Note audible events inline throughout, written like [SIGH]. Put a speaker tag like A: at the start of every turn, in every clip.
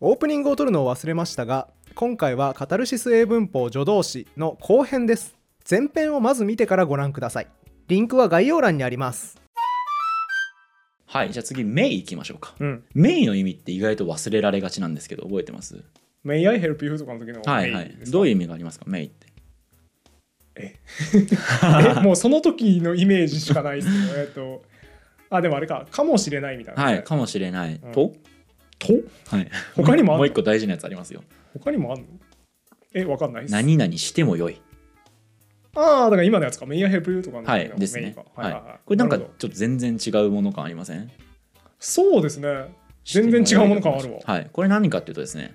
A: オープニングを撮るのを忘れましたが今回はカタルシス英文法助動詞の後編です前編をまず見てからご覧くださいリンクは概要欄にあります
B: はいじゃあ次メイ行きましょうか
C: うん。
B: メイの意味って意外と忘れられがちなんですけど覚えてます
C: May I help you? とかの時の
B: はいは
C: May
B: い
C: ですか
B: どういう意味がありますかメイって
C: えもうその時のイメージしかないですけど、えっと、 [LAUGHS] あ、でもあれか、かもしれないみたいな。
B: はいかもしれない、
C: うん
B: と
C: と
B: はい
C: 他にもある
B: もう一個大事なやつありますよ
C: 他にもあんのえ、わかんないです。
B: 何々してもよい
C: ああ、だから今のやつか、May I help you? とかの時の
B: はいです
C: May
B: ね
C: か
B: はいこれなんか
C: る
B: ちょ
C: ほど
B: っと全然違うもの感ありません
C: そうですね。全然違うもの感あるわ
B: はいこれ何かっていうとですね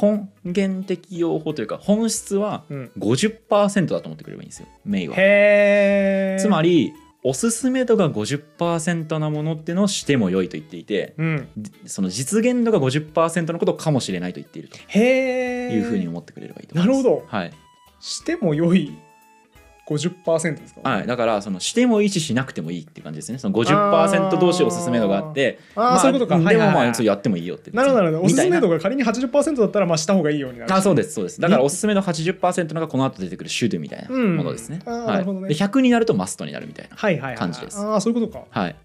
B: 根源的用法というか本質は
C: うん
B: 50%だと思ってくればいいんですよメイは
C: へえ。
B: つま
C: り、
B: りおすすめ度が50%なものってのをしても良いと言っていて
C: うん。
B: その実現度が50%のことかもしれないと言っていると
C: へえ。
B: いうふうに思ってくれればいいと思います。
C: なるほど
B: はい
C: しても良い50%ですか、
B: はい、だからそのしてもいいししなくてもいいっていう感じですね。その50%同士おすすめ度があって
C: ああ、
B: ま
C: そういうことか。
B: でもまあそう
C: な
B: やってもいいよって。
C: るほどなるほど。おすすめ度
B: が
C: が仮に80%だったら、まあ、した方がいいようになる。
B: あそうですそうですだからおすすめの80%のがこの後出てくるシュドゥみたいな
C: うん
B: ものですね。
C: あー
B: は、
C: ないるほどね
B: で100になるとマストになるみたいな。
C: はいはいはい、
B: 感じです
C: ああ、そういうことか。
B: はい、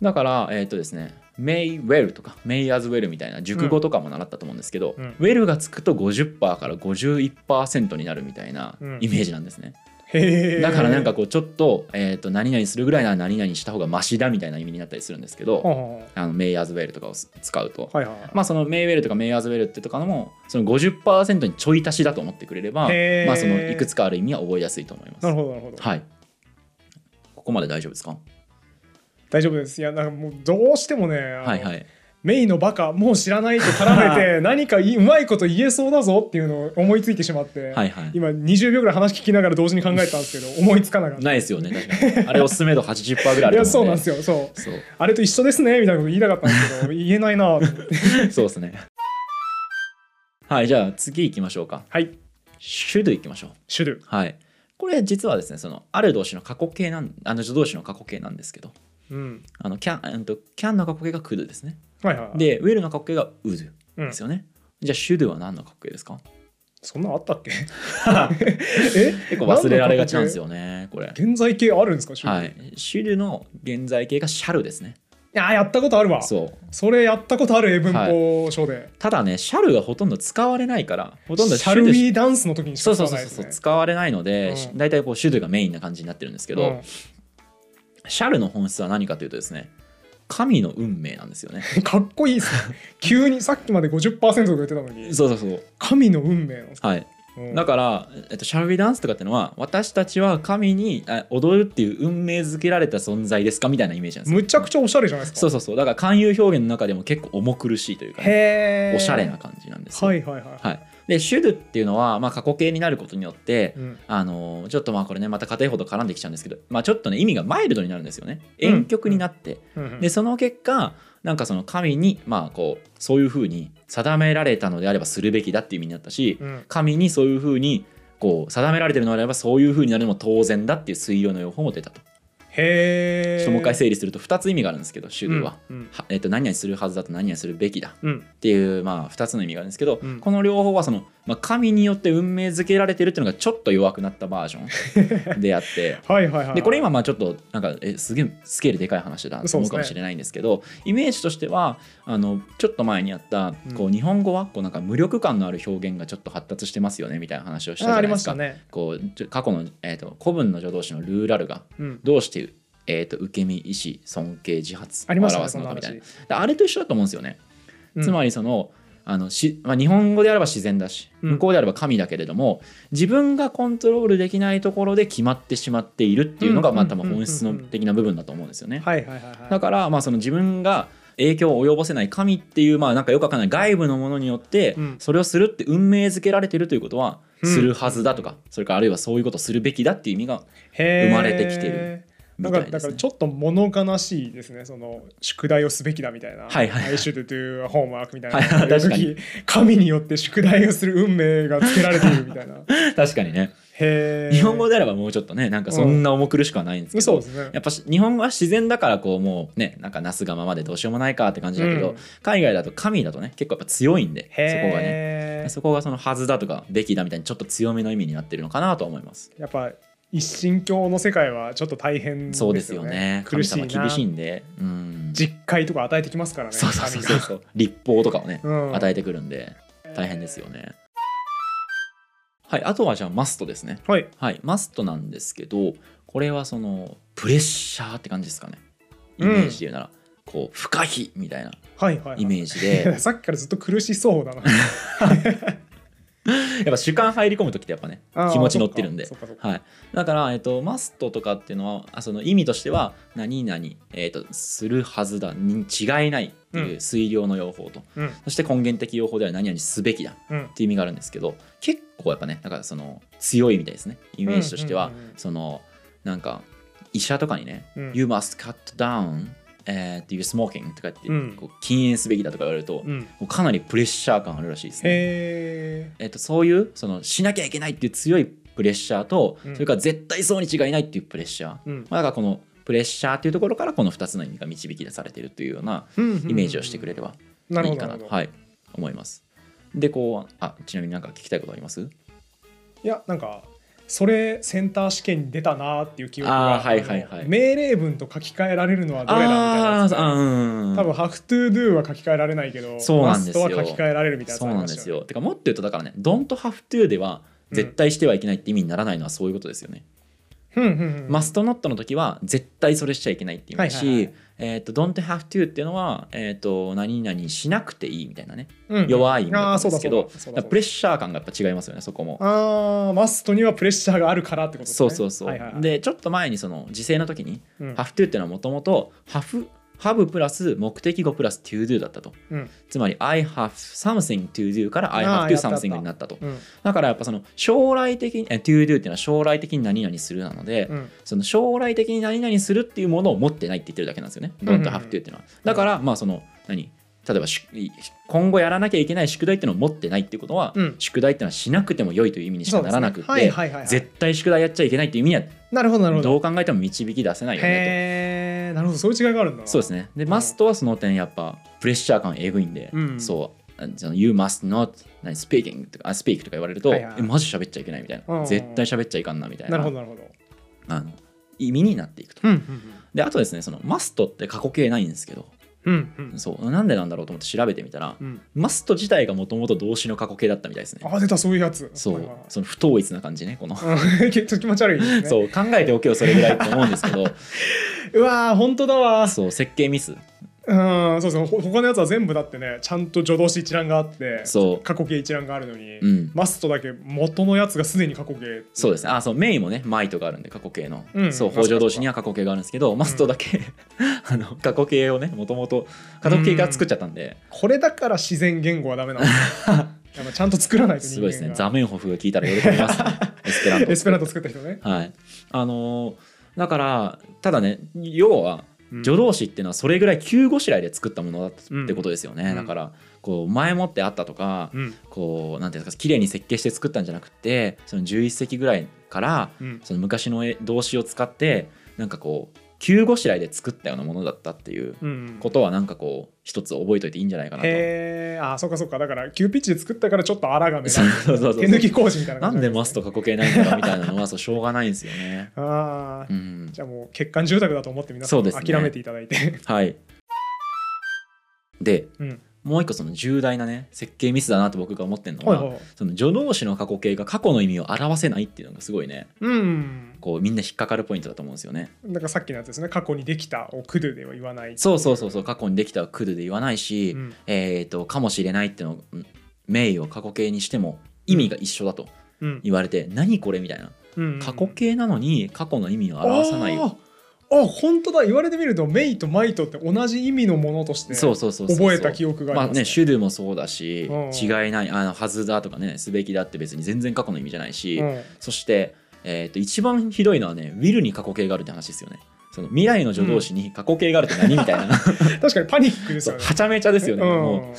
B: だからえっ、とですね May well とか May as well みたいな熟語とかも習ったと思うんですけど、
C: うん
B: well がつくと50%から51%になるみたいな
C: うん
B: イメージなんですね、
C: へえ。
B: だからなんか、こうちょっと,、えー、と何々するぐらいなら何々した方がマシだみたいな意味になったりするんですけど、
C: は
B: あの May as well とかを使うと、
C: あはいはい。
B: まあその May well とか May as well ってとかのもその50%にちょい足しだと思ってくれれば、
C: へー
B: まあ、そのいくつかある意味は覚えやすいと思います
C: なるほどなるほど。
B: はいここまで大丈夫ですか
C: 大丈夫です。いや、なんかもうどうしてもね、あの
B: はいはい
C: メイのバカ、もう知らないと絡め
B: [LAUGHS]
C: て、何かいいうまいこと言えそうだぞっていうのを思いついてしまって、
B: はいはい
C: 今20秒ぐらい話聞きながら同時に考えたんです
B: [LAUGHS]
C: けど、思いつかなかった。
B: ないですよね確かにあれおすすめ度80%ぐらいあ
C: [LAUGHS] いや、
B: ると
C: そう
B: 思
C: な
B: うんん
C: です
B: で
C: よ。そう。
B: そう
C: あれと一緒ですねみたいなこと言いたかったんです
B: [LAUGHS]
C: けど言えないなと思って
B: そうですねはいじゃあ次行きましょうか
C: はい
B: シュドゥ行きましょう
C: シュル
B: はいこれ実はですねそのある動詞の過去形なんあの助動詞の過去形なんですけど
C: うん
B: あのキャンうんとキャンの過去形がクドゥですね
C: はいはいはい
B: でウェルの過去形がウドゥ
C: うん
B: ですよね、じゃあシュドゥは何の過去形ですか
C: そんなんあったっけえ
B: 結構忘れられがちなんですよねこれ
C: 現在形あるんですかシュル、
B: は、いシュドゥの現在形がシャルですね
C: ややったことあるわそ
B: そう
C: れやったことある英文法書で、
B: ただねシャルがほとんど使われないからほとんど
C: シャルウ
B: ドゥ
C: ィーダンスの時にし
B: そ
C: か
B: う
C: 使
B: そうそう
C: わないです
B: そう
C: ね
B: 使われないので、
C: うん
B: 大体こうシュドゥがメインな感じになってるんですけど、シャルの本質は何かというとですね神の運命なんですよね [LAUGHS]
C: うんかっこいいですね急にさっきまで50%とか言ってたのに
B: そうそうそう
C: 神の運命なんですか、
B: はい
C: うん
B: だから、えっと、シャルビダンスとかってのは私たちは神にあ踊るっていう運命づけられた存在ですかみたいなイメージなんですよ
C: むちゃくちゃおしゃれじゃないですか
B: そうそうそうだから勧誘表現の中でも結構重苦しいというかね、
C: へえ
B: おしゃれな感じなんですよ
C: はいはいはい、
B: はい、でシュドゥっていうのは、まあ、過去形になることによって、
C: うん
B: あのーちょっとまあこれねまた片方ほど絡んできちゃうんですけど、まあ、ちょっとね意味がマイルドになるんですよね
C: うん
B: 婉曲になって、
C: うんうん
B: でその結果なんかその神にまあこうそういうふうに定められたのであればするべきだっていう意味になったし、
C: うん
B: 神にそういうふうにこう定められてるのであればそういうふうになるのも当然だっていう推量の用法も出たと、
C: へえ
B: ちょっともう一回整理すると2つ意味があるんですけどシュドゥは,、
C: うんうん
B: はえっと何々するはずだと何々するべきだ
C: うん
B: っていう、まあ、2つの意味があるんですけど、
C: うん
B: この両方はその、まあ、神によって運命づけられてるっていうのがちょっと弱くなったバージョン
C: [LAUGHS]
B: であって。
C: はいはいはい
B: でこれ今まあちょっとなんかえすげえスケールでかい話だなと
C: そう
B: 思う
C: です
B: か
C: ね
B: もしれないんですけどイメージとしてはあのちょっと前にあった
C: うん
B: こう日本語はこうなんか無力感のある表現がちょっと発達してますよねみたいな話をしたじ
C: あ
B: ゃな
C: あり
B: いで
C: ますし
B: か
C: た。ね。
B: こうちょ過去の、えー、と古文の助動詞のルーラルが
C: うん、
B: どうして、えー、と受け身意思尊敬自発
C: あ
B: を
C: りました
B: 表
C: ね、
B: す
C: そん
B: のか
C: な
B: みたいな
C: 話。
B: であれと一緒だと思うんですよね。つま
C: り、
B: りそのあのし、まあ、日本語であれば自然だし
C: うん
B: 向こうであれば神だけれども、自分がコントロールできないところで決まってしまっているっていうのが、
C: うん
B: まあ、
C: うん
B: 多分本質の
C: うんうん
B: 的な部分だと思うんですよね。
C: はいはいはいは
B: だ
C: い。
B: から、まあ、その自分が影響を及ぼせない神っていう、まあ、なんかよくわかんない外部のものによって
C: うん
B: それをするって運命づけられてるということは
C: うん
B: するはずだとか、それからあるいはそういうことをするべきだっていう意味が
C: へー
B: 生まれてきてる。み
C: なん
B: た
C: か
B: いで
C: だか
B: す
C: ら
B: ね
C: ちょっと物悲しいですねその宿題をすべきだみたいな
B: は
C: 「
B: いはいはい
C: I should do a homework」みたいな、
B: はいはい確かに
C: 時神によって宿題をする運命がつけられているみた
B: [LAUGHS]
C: いな
B: 確かにね、
C: へえ
B: 日本語であればもうちょっとねなんかそんな重苦しくはないんですけど、
C: そうですね
B: やっぱし日本語は自然だからこうもうねなんかなすがままでどうしようもないかって感じだけど、
C: うん
B: 海外だと神だとね結構やっぱ強いんでそ
C: へえ
B: こがねそこがその「はずだ」とか「べきだ」みたいにちょっと強めの意味になってるのかなとは思います。
C: やっぱ一神教の世界はちょっと大変です
B: そう
C: よね
B: ですよね。
C: 苦しいな
B: 神様厳しいんで、うん、
C: 実戒とか与えてきますからね
B: そうそうそう
C: 神
B: そう
C: が
B: そう立法とかをね、
C: うん
B: 与えてくるんで大変ですよね。はいあとはじゃあマストですね。
C: はい
B: はいマストなんですけどこれはそのプレッシャーって感じですかねイ
C: うん
B: メージで言うなら、こう不可避みたいな
C: はいはい、はい、
B: イメージで [LAUGHS] やっ
C: さっきからずっと苦しそうだな
B: ぱ主観入り込む時ってやっぱね
C: あ
B: [LAUGHS]
C: ー
B: 気持ち乗ってるんで
C: そっかそっか
B: はい、だから、えっと、マストとかっていうのはあその意味としては何々、えっと、するはずだに違いないっていうう推量の用法と、
C: うん
B: そして根源的用法では何々すべきだ
C: うん
B: っていう意味があるんですけど結構やっぱねなんかその強いみたいですねイメージとしては、
C: うんうんうんうん
B: そのなんか医者とかにね「
C: うん
B: You must cut down、えー、your smoking」とか言って、
C: うん
B: こう禁煙すべきだとか言われると、
C: うん
B: もうかなりプレッシャー感あるらしいですね。
C: へえ
B: えっと、そういうそのしなきゃいけないっていう強いプレッシャーと、
C: うん
B: それから絶対そうに違いないっていうプレッシャー、ま
C: うん
B: あ、だからこのプレッシャーっていうところからこの2つの意味が導き出されているというようなイメージをしてくれればいい
C: なるほど
B: か
C: な
B: な
C: るほ
B: と、
C: ど
B: はい、思います。でこうあちなみになんか聞きたいことあります
C: いやなんかそれセンター試験に出たなーっていう記憶が
B: あーはいはいはい
C: あの命令文と書き換えられるのはどれだみたいな
B: あ
C: や
B: あ
C: つ
B: ーうん
C: 多分「have to do」は書き換えられないけど
B: そうなんですよ
C: must は書き換えられるみたいなやつ
B: そ
C: あ
B: う
C: り
B: なん
C: ま
B: で
C: した
B: すよ。てかもっと言うとだからね「don't have to」では
C: うん
B: 絶対してはいけないって意味にならないのはそういうことですよね。
C: ふんふんふん
B: must not の時は絶対それしちゃいけないって意味だ
C: はいは
B: し
C: いはい
B: 「えーと don't have to」っていうのは、えー、と何々しなくていいみたいなね
C: うん
B: 弱い意味
C: あ
B: な
C: あ
B: んで
C: そうだ
B: すけ
C: そうだ
B: ど
C: そ
B: だ
C: う
B: か
C: だ
B: らプレッシャー感がやっぱ違いますよねそこも。
C: ああマストにはプレッシャーがあるからってことです
B: そ
C: ね
B: うそうそう、
C: はいはいはい
B: でちょっと前にその時勢の時に
C: う
B: 「
C: ん
B: have to」っていうのはもともと「have」ハブプラス目的語プラス to do だったと。
C: うん
B: つまり I have something to do から I
C: あ
B: have
C: ー
B: to
C: やったやった
B: something になったと。
C: うん
B: だからやっぱその将来的にえ to do っていうのは将来的に何々するなので、
C: うん
B: その将来的に何々するっていうものを持ってないって言ってるだけなんですよね。
C: んうん
B: don't have to っていうのは。だからまあその何例えばし今後やらなきゃいけない宿題っていうのを持ってないっていうことは、
C: うん
B: 宿題っていうのはしなくても良いという意味にしかならなくて、
C: そうですねはいはいはいはい
B: 絶対宿題やっちゃいけないっていう意味には
C: なるほどなるほど
B: どう考えても導き出せないよね
C: へえなるほどそういう違いがあるんだな
B: と。そうですね。で、マストはその点やっぱプレッシャー感えぐいんで、
C: うん
B: そう。あその You must not 何 speaking とかあ speak とか言われると、
C: はいはい
B: えマジ喋っちゃいけないみたいな、
C: うん
B: 絶対喋っちゃいかんなみたいな
C: なるほどなるほど
B: あの意味になっていくと。
C: うんうん
B: であとですねその must って過去形ないんですけど
C: うんうん
B: そうなんでなんだろうと思って調べてみたら、
C: うん
B: must 自体がもともと動詞の過去形だったみたいですね。
C: あ出たそういうやつ
B: そ
C: はいは
B: う
C: い
B: その不統一な感じねこの。
C: うんちょっと気持ち悪いです
B: [LAUGHS]
C: ね
B: そう考えておけよそれぐらいって思うんですけど
C: [LAUGHS] うわー本当だわ
B: そう設計ミス
C: うんそうそうほ他のやつは全部だってねちゃんと助動詞一覧があって
B: そう
C: 過去形一覧があるのに、
B: うん
C: マストだけ元のやつがすでに過去形
B: そうです
C: ね
B: ねあそうメインもねマイとかあるんで過去形の、
C: うん
B: そう補助動詞には過去形があるんですけど、マストだけ [LAUGHS] あの過去形をねもともと過去形から作っちゃったんで、
C: これだから自然言語はダ
B: [LAUGHS]
C: メなんだやっぱちゃんと作らないと人
B: す
C: 間
B: ご
C: が
B: いですねザメンホフが聞いたら喜びます、
C: [LAUGHS]
B: ね、エスペラント
C: エスペラント作った人ね
B: はい、あのーだからただね要は
C: うん
B: 助動詞っていうのはそれぐらい急ごしらえで作ったものだってことですよね、
C: うん
B: だからこう前もってあったとか、
C: うん
B: こうなんていうんですか綺麗に設計して作ったんじゃなくてその11世紀ぐらいから
C: うん
B: その昔の動詞を使ってなんかこう急ごしらえで作ったようなものだったっていう
C: うん
B: ことはなんかこう一つ覚えといていいんじゃないかなと。
C: へえあそうかそうかだから急ピッチで作ったからちょっと荒が目立
B: そう
C: つ
B: そうそうそう
C: 手抜き工事みたいな
B: なん
C: 感じ
B: で
C: ん
B: マ
C: で
B: ス
C: す
B: ト
C: ね
B: 過去形ないんだろうみたいなのはそうしょうがないんですよね。
C: ああ
B: うん、
C: じゃあもう欠陥住宅だと思って皆さ
B: そ
C: ん
B: うですね
C: 諦めていただいて
B: はいで
C: うん
B: もう一個その重大なね設計ミスだなと僕が思ってるの
C: はい
B: は、
C: はい
B: その助動詞の過去形が過去の意味を表せないっていうのがすごいね
C: うん
B: こうみんな引っかかるポイントだと思うんですよね。
C: なんかさっきのやつですね過去にできたをくるでは言わない
B: そうそうそうそう過去にできたは来るで言わないし、
C: うん
B: えー、とかもしれないっていうのを名誉を過去形にしても意味が一緒だと
C: うん
B: 言われて、何これみたいな
C: うん
B: 過去形なのに過去の意味を表さないよ、
C: あーあ本当だ言われてみるとメイとマイとって同じ意味のものとして
B: そうそうそうそう
C: 覚えた記憶があり
B: ま
C: ま
B: あ
C: す、
B: ね、シュルもそうだし、
C: うん
B: 違いないあのはずだとかねすべきだって別に全然過去の意味じゃないし、
C: うん
B: そして、えー、と一番ひどいのはねウィルに過去形があるって話ですよねその未來の助動詞に過去形があるって何み
C: [LAUGHS]
B: たいな
C: 確かにパニックで
B: そ
C: すよ
B: う
C: ね。
B: はちゃめちゃですよね、も
C: う
B: う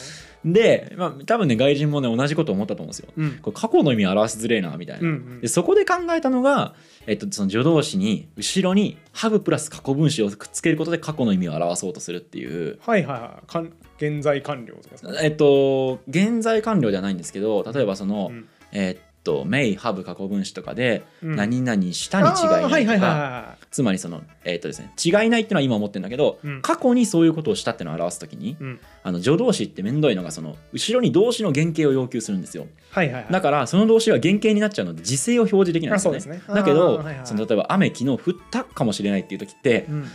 B: で、まあ、多分ね外人もね同じこと思ったと思うんですよ
C: ん。うん。
B: これ過去の意味表しづれえなみたいな、
C: うんうん
B: でそこで考えたのが、えっと、その助動詞に後ろに「ハブプラス過去分詞をくっつけることで過去の意味を表そうとするっていう。
C: はいはいはいかん。現在完了とかですか。
B: えっと、現在完了ではないんですけど例えばその、
C: うん
B: えっと「メイハブ過去分詞」とかで「
C: うん
B: 何々したに違い
C: あーは
B: ないい」
C: はい
B: と
C: はい
B: か
C: は
B: つまりその、えっとですね「違いない」っていうのは今思ってるんだけど、
C: うん
B: 過去にそういうことをしたっていうのを表す時に、
C: い。うん。
B: あの助動詞って面倒いのがその後ろに動詞の原型を要求するんですよ
C: はいはいはい。
B: だからその動詞は原型になっちゃうので時制を表示できないん
C: あ
B: です
C: そ
B: よ
C: う
B: ね
C: ですね。
B: だけど、
C: あーはいはい
B: その例えば雨昨日降ったかもしれないっていう時って、
C: うん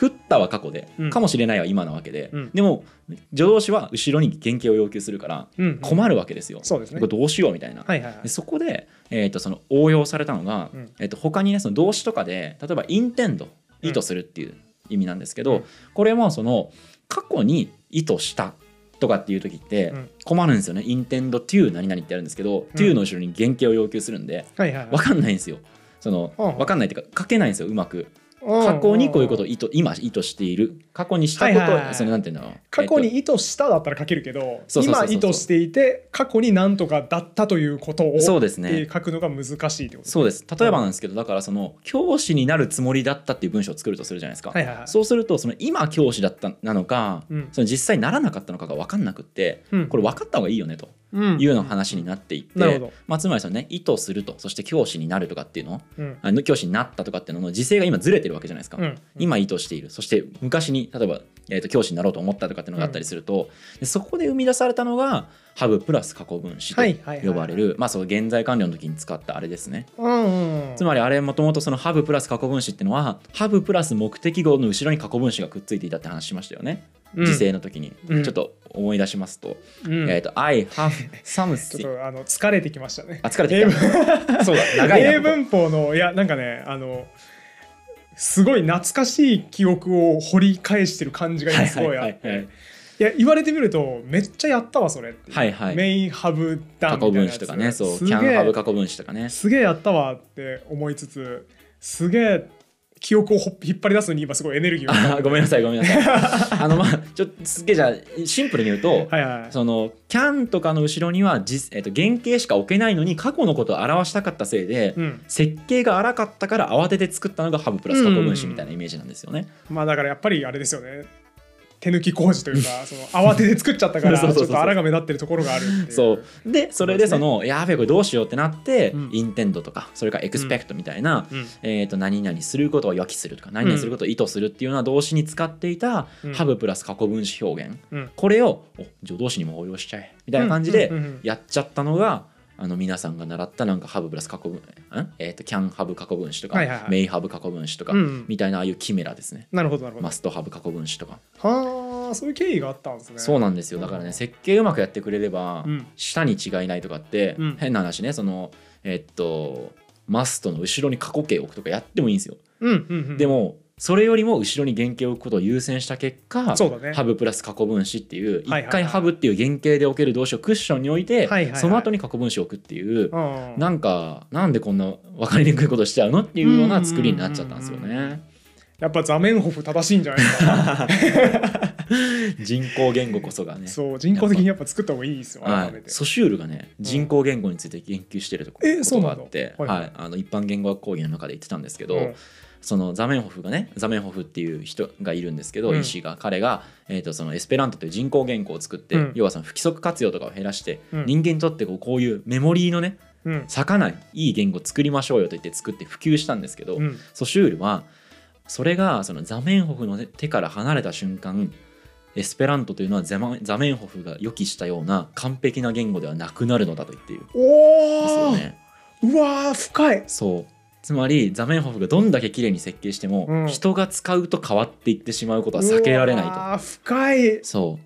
B: 降ったは過去で、
C: うん
B: かもしれないは今なわけで、
C: うん
B: でも助動詞は後ろに原型を要求するから
C: うん。
B: 困るわけですよ、
C: そうですね
B: これ。どうしようみたいな、
C: はいはいはい
B: で。そこで、えー、とその応用されたのが、
C: うん
B: えー、と他にねその動詞とかで例えば「インテンド」
C: うん
B: 意図するっていう意味なんですけど、
C: うん
B: これもその過去に意図したとかっていう時って
C: うん
B: 困るんですよね「インテンド to 何々」ってあるんですけど「to、の後ろに原型を要求するんで
C: はいはいはい
B: 分かんないんですよ。その
C: うんうん
B: 分かんないっていうか書けないんですようまく
C: うん
B: 過去にこういうことを意図今意図している過去にしたことを、
C: はいはいはい
B: そのなんていうの
C: 過去
B: えっ
C: に意図しただったら書けるけど、
B: そうそうそうそう
C: 今意図していて過去になんとかだったということを
B: とそうです
C: っ
B: ね
C: て書くのが難しいってことですね
B: そうです例えばなんですけどだからその教師になるつもりだったっていう文章を作るとするじゃないですか、
C: はいはいはい
B: そうするとその今教師だったなのか、
C: うん
B: その実際ならなかったのかが分かんなくって、
C: うん
B: これ分かった方がいいよねと
C: うん
B: いうような話になっていって、
C: うんなるほど
B: まあ、つまりそのね意図するとそして教師になるとかっていうの
C: うん
B: あの教師になったとかっていうのの時勢が今ずれてるわけじゃないですか、
C: うん
B: 今意図しているそして昔に例えば、えー、と教師になろうと思ったとかっていうのがあったりすると、でそこで生み出されたのがハブプラス過去分詞と
C: はいはいはい
B: 呼ばれるまあその現在完了の時に使ったあれですね
C: うんうん
B: つまりあれもともとそのハブプラス過去分詞っていうのはハブプラス目的語の後ろに過去分詞がくっついていたって話しましたよね、
C: うん
B: 時勢の時に、
C: うん
B: ちょっと思い出しますと,、
C: うん
B: えっ、と I have
C: ち
B: something
C: ょっとあの疲れてきましたね
B: あ疲れてきたそうだ長いな
C: 英
B: ここ
C: 文法のいやなんかねあのすごい懐かしい記憶を掘り返してる感じが今すごいあっ
B: はいはい
C: て
B: はい
C: いや言われてみるとめっちゃやったわそれって
B: はいはい
C: メインハブダ
B: 過
C: ン
B: 去
C: みたい
B: 分
C: なや
B: 詞
C: つ
B: とかねそう
C: す
B: キャ
C: げ
B: ンハブ
C: え
B: 過去分詞とかね [LAUGHS]
C: すげえやったわって思いつつすげえ記憶をほっ引っ張り出すのに今すごいエネルギーを
B: あーごめんなさいごめんなさい [LAUGHS] あのまあちょっとすっげえじゃあシンプルに言うと、
C: はいはいはい
B: その「can」とかの後ろには実、えっと原型しか置けないのに過去のことを表したかったせいで、
C: うん
B: 設計が荒かったから慌てて作ったのがハブプラス過去分子みたいなイメージなんですよね。
C: まあだからやっぱりあれですよね手抜き工事
B: [LAUGHS]
C: というかその慌てて作っちゃったからち
B: そ
C: ょ
B: う
C: っ
B: そうそうそう
C: と荒が目立ってるところがあるっていう
B: そうでそれでその「やべえこれどうしよう」ってなって
C: うん
B: 「インテンド」とかそれから「エクスペクト」みたいな、
C: うん
B: えー、と何々することを予期するとか何々することを意図するっていうような動詞に使っていた
C: うん
B: ハブプラス過去分詞表現、
C: うん
B: これをお助動詞にも応用しちゃえみたいな感じ
C: う
B: で
C: んうんうんうん
B: やっちゃったのが。あの皆さんが習ったなんかハブプラス過去分、んえー、とキャンハブ過去分詞とか、
C: はいはいはい
B: メイハブ過去分詞とか、
C: うんうん
B: みたいなああいうキメラですね
C: なるほどなるほど、
B: マストハブ過去分詞とか
C: はあそういう経緯があったんですね
B: そうなんですよだからね設計うまくやってくれれば、
C: うん
B: 下に違いないとかって、
C: うん
B: 変な話ねそのえっとマストの後ろに過去形を置くとかやってもいいんですよ、
C: うんうんうん
B: でもそれよりも後ろに原型を置くことを優先した結果、
C: そうだね
B: ハブプラス過去分詞っていう一、
C: はいはいはい
B: 回ハブっていう原型で置ける動詞をクッションに置いて、
C: はいはいはい
B: その後に過去分詞を置くっていう、
C: うんうん
B: なんかなんでこんな分かりにくいことしちゃうのっていうような作りになっちゃったんですよ
C: うんう
B: ね。
C: やっぱ座面ホフ正しいんじゃないですか
B: 人工言語こそがね
C: そう人工的にやっぱ作った方がいいですよ
B: は
C: 改め
B: い、
C: て、
B: ソシュールがね人工言語について研究してるとこ,、
C: え
B: ことがあって、
C: そうな
B: は
C: のはいい
B: あの一般言語学講義の中で言ってたんですけど、
C: うん
B: そのザメンホフがねザメンホフっていう人がいるんですけど、
C: うん
B: 医師が彼が、えー、とそのエスペラントという人工言語を作って、
C: うん
B: 要はその不規則活用とかを減らして、
C: うん
B: 人間にとってこうこういうメモリーのね
C: うん
B: 咲かないいい言語を作りましょうよと言って作って普及したんですけど、
C: うん
B: ソシュールはそれがそのザメンホフの手から離れた瞬間エスペラントというのはザマザメンホフが予期したような完璧な言語ではなくなるのだと言っているんです
C: お
B: よ
C: お、
B: ね。
C: うわー深い
B: そうつまりザメンホフがどんだけ綺麗に設計しても、
C: うん
B: 人が使うと変わっていってしまうことは避けられないうと。
C: わー深い
B: そ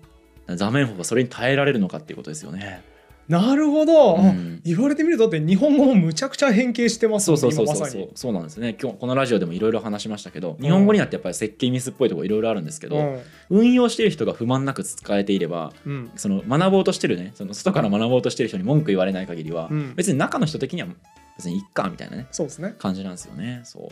B: うザメンホフはそれに耐えられるのかっていうことですよね。
C: なるほど、
B: うん
C: 言われてみるとだって日本語もむちゃくちゃ変形してます
B: そ
C: も
B: うんそ
C: ね
B: うそう
C: 今
B: そう
C: ま
B: そ
C: さ
B: う
C: に
B: そうなんですね今日このラジオでもいろいろ話しましたけど、日本語になってやっぱり設計ミスっぽいところいろいろあるんですけど、運用している人が不満なく使えていれば
C: うんうん
B: その学ぼうとしてるねその外から学ぼうとしてる人に文句言われない限りは、
C: うん
B: 別に中の人的には別にいっかみたいなね
C: そうですね
B: 感じなんですよねそう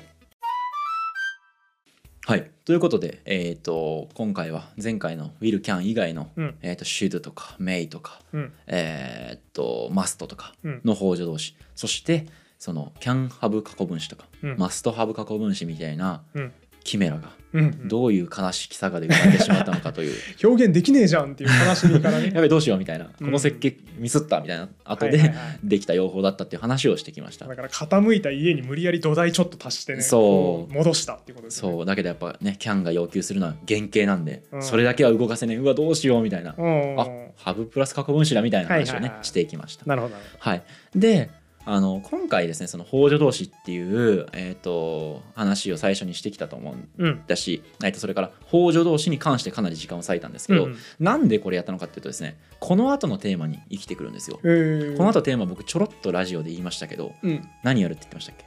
B: はい、ということで、えー、と今回は前回の「Will Can」以外の「
C: うん
B: えー、と Should」とか「May」とか
C: うん
B: 「えー、と Must」とか
C: うん
B: の補助動詞、そしてその「Can have」過去分詞とか「
C: うん
B: Must have」過去分詞みたいな
C: うん
B: キメラが
C: うん
B: どういう悲しきさがで生まれてしまったのかという
C: 表現できねえじゃんっていう悲しみか
B: [LAUGHS]
C: ら
B: や
C: ね
B: べえどうしようみたいなこ
C: うん
B: の設計ミスったみたいな後
C: はいはい
B: で
C: はい
B: できた用法だったっていう話をしてきました
C: だから傾いた家に無理やり土台ちょっと足してね
B: そう
C: こ戻したっていうことですね
B: そうだけどやっぱねキャンが要求するのは原型なんで、
C: うん
B: それだけは動かせないうわどうしようみたいな、
C: うん
B: あハブプラス過去分子だみたいな話をね、
C: はいはいはい
B: していきました。
C: なるほどなる
B: はい、であの今回ですねその「北条同士」っていう、えー、と話を最初にしてきたと思うん
C: ほどうん
B: だし、えー、とそれから北条同士に関してかなり時間を割いたんですけど、なんでこれやったのかっていうとですねこの後のテーマに生きてくるんですよ。
C: うん
B: この後テーマ僕ちょろっとラジオで言いましたけど
C: うん
B: 何やるって言ってましたっけ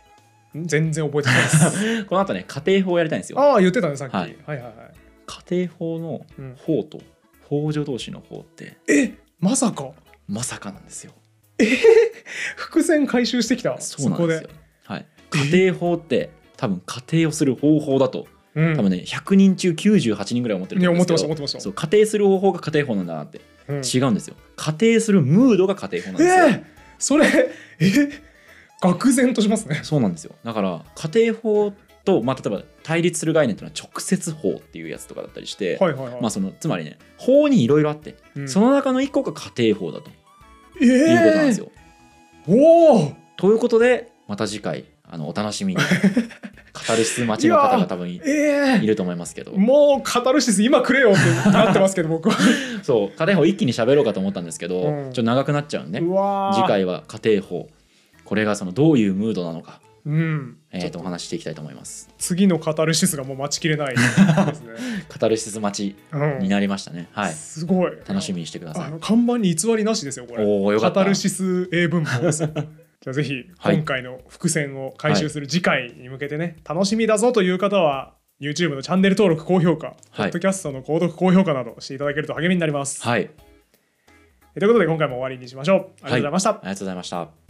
C: うん全然覚えてないです
B: [LAUGHS] この後ね家庭法をやりたいんですよ。
C: ああ言ってたねさっきは
B: はいい
C: はいはい
B: 家庭法の
C: うん
B: 法と北条同士の法って
C: えまさか
B: まさかなんですよ。
C: 伏線回収してきた
B: そうなんですよ。はい、
C: え
B: 家庭法って多分家庭をする方法だと
C: こでうん
B: 多分ね100人中98人ぐらい思ってると
C: いや
B: 思うん
C: 思
B: で
C: っ
B: す
C: て
B: けど
C: ました思ってました
B: そう家庭する方法が家庭法なんだなって
C: うん
B: 違うんですよ。家庭するムードが家庭法なんですよ。
C: ええそれえ愕然としますね
B: そうなんですよだから家庭法と、まあ、例えば対立する概念というのは直接法っていうやつとかだったりして、
C: はいはいはい、
B: まあ、そのつまりね法にいろいろあって、
C: うん
B: その中の1個が家庭法だと
C: ええ
B: いうことなんですよ。
C: おお
B: ということでまた次回あのお楽しみに
C: [LAUGHS]
B: カタルシス待ちの方が多分い
C: え
B: い
C: え
B: ると思いますけど
C: もうカタルシス今くれよってなってますけど僕
B: [LAUGHS]
C: は
B: そう家庭法一気に喋ろうかと思ったんですけど、
C: うん
B: ちょっと長くなっちゃうんで、
C: うわー
B: 次回は家庭法これがそのどういうムードなのか、
C: うん
B: えー、とお話ししていきたいと思います
C: 次のカタルシスがもう待ちきれないですね、
B: [LAUGHS] カタルシス待ち
C: うん
B: になりましたね、はい
C: すごい
B: 楽し
C: み
B: みにしてくださ
C: あ
B: い
C: の看板に偽りなしですよこれ
B: おーよかった
C: カタルシス英文
B: [LAUGHS]
C: 法ですよじゃあぜひ
B: はい
C: 今回の伏線を回収する次回に向けてね、楽しみだぞという方は YouTube のチャンネル登録高評価、ポッドキャストの購読高評価などしていただけると励みになります、
B: はいあり
C: ということで今回も終わりにしましょうありがとうございました、
B: がとうございました